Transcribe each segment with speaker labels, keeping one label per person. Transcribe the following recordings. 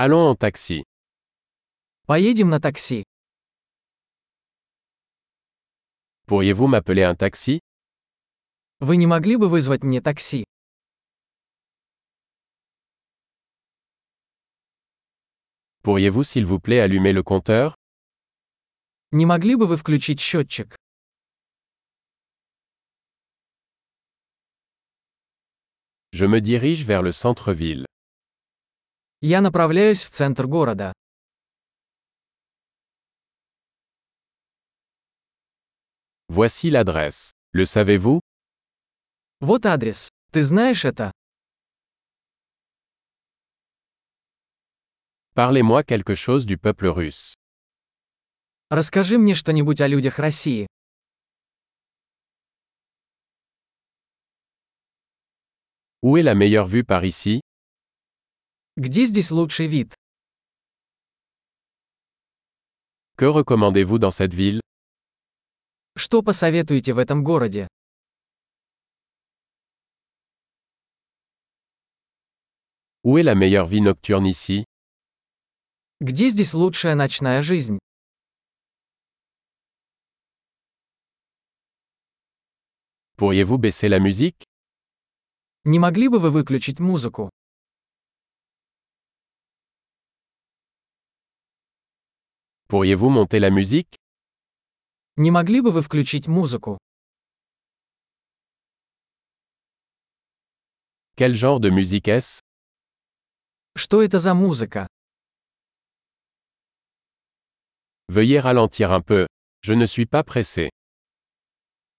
Speaker 1: Allons en taxi.
Speaker 2: Поедем на такси.
Speaker 1: Pourriez-vous m'appeler un taxi
Speaker 2: Вы не могли бы вызвать мне такси?
Speaker 1: Pourriez-vous s'il vous plaît allumer le compteur
Speaker 2: Не могли бы вы включить счетчик?
Speaker 1: Je me dirige vers le centre-ville.
Speaker 2: Я направляюсь в центр города.
Speaker 1: Voici l'adresse. Le savez-vous
Speaker 2: Вот адрес. Ты знаешь это?
Speaker 1: Parlez-moi quelque chose du peuple russe.
Speaker 2: Расскажи мне что-нибудь о людях России.
Speaker 1: Où est la meilleure vue par ici
Speaker 2: Где здесь лучший вид?
Speaker 1: Que recommandez-vous dans cette ville
Speaker 2: Что посоветуете в этом городе?
Speaker 1: Où est la meilleure vie nocturne ici
Speaker 2: Где здесь лучшая ночная жизнь?
Speaker 1: Pourriez-vous baisser la musique
Speaker 2: Не могли бы вы выключить музыку?
Speaker 1: Pourriez-vous monter la musique
Speaker 2: Не могли бы вы включить музыку?
Speaker 1: Quel genre de musique est-ce
Speaker 2: Что это за музыка?
Speaker 1: Veuillez ralentir un peu. Je ne suis pas pressé.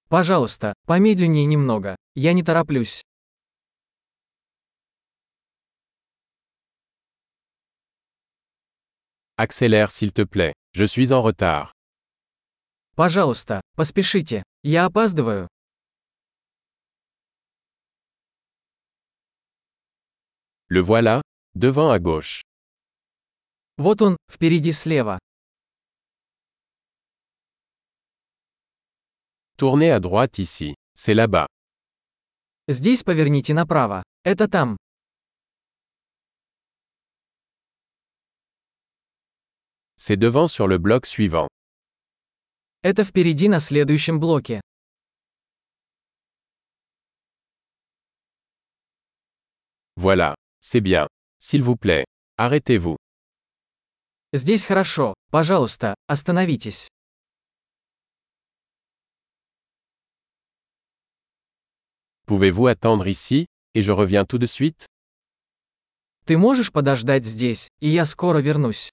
Speaker 2: Пожалуйста, помедленнее немного. Я не тороплюсь.
Speaker 1: Accélère s'il te plaît. Je suis en retard.
Speaker 2: Пожалуйста, поспешите. Я опаздываю.
Speaker 1: Le voilà, devant à gauche.
Speaker 2: Вот он, впереди слева.
Speaker 1: Tournez à droite ici. C'est là-bas.
Speaker 2: Здесь поверните направо. Это там.
Speaker 1: C'est devant sur le bloc suivant.
Speaker 2: Это впереди на следующем блоке.
Speaker 1: Voilà. C'est bien. S'il vous plaît. Arrêtez-vous.
Speaker 2: Здесь хорошо. Пожалуйста, остановитесь.
Speaker 1: Pouvez-vous attendre ici, et je reviens tout de suite
Speaker 2: Ты можешь подождать здесь, и я скоро вернусь.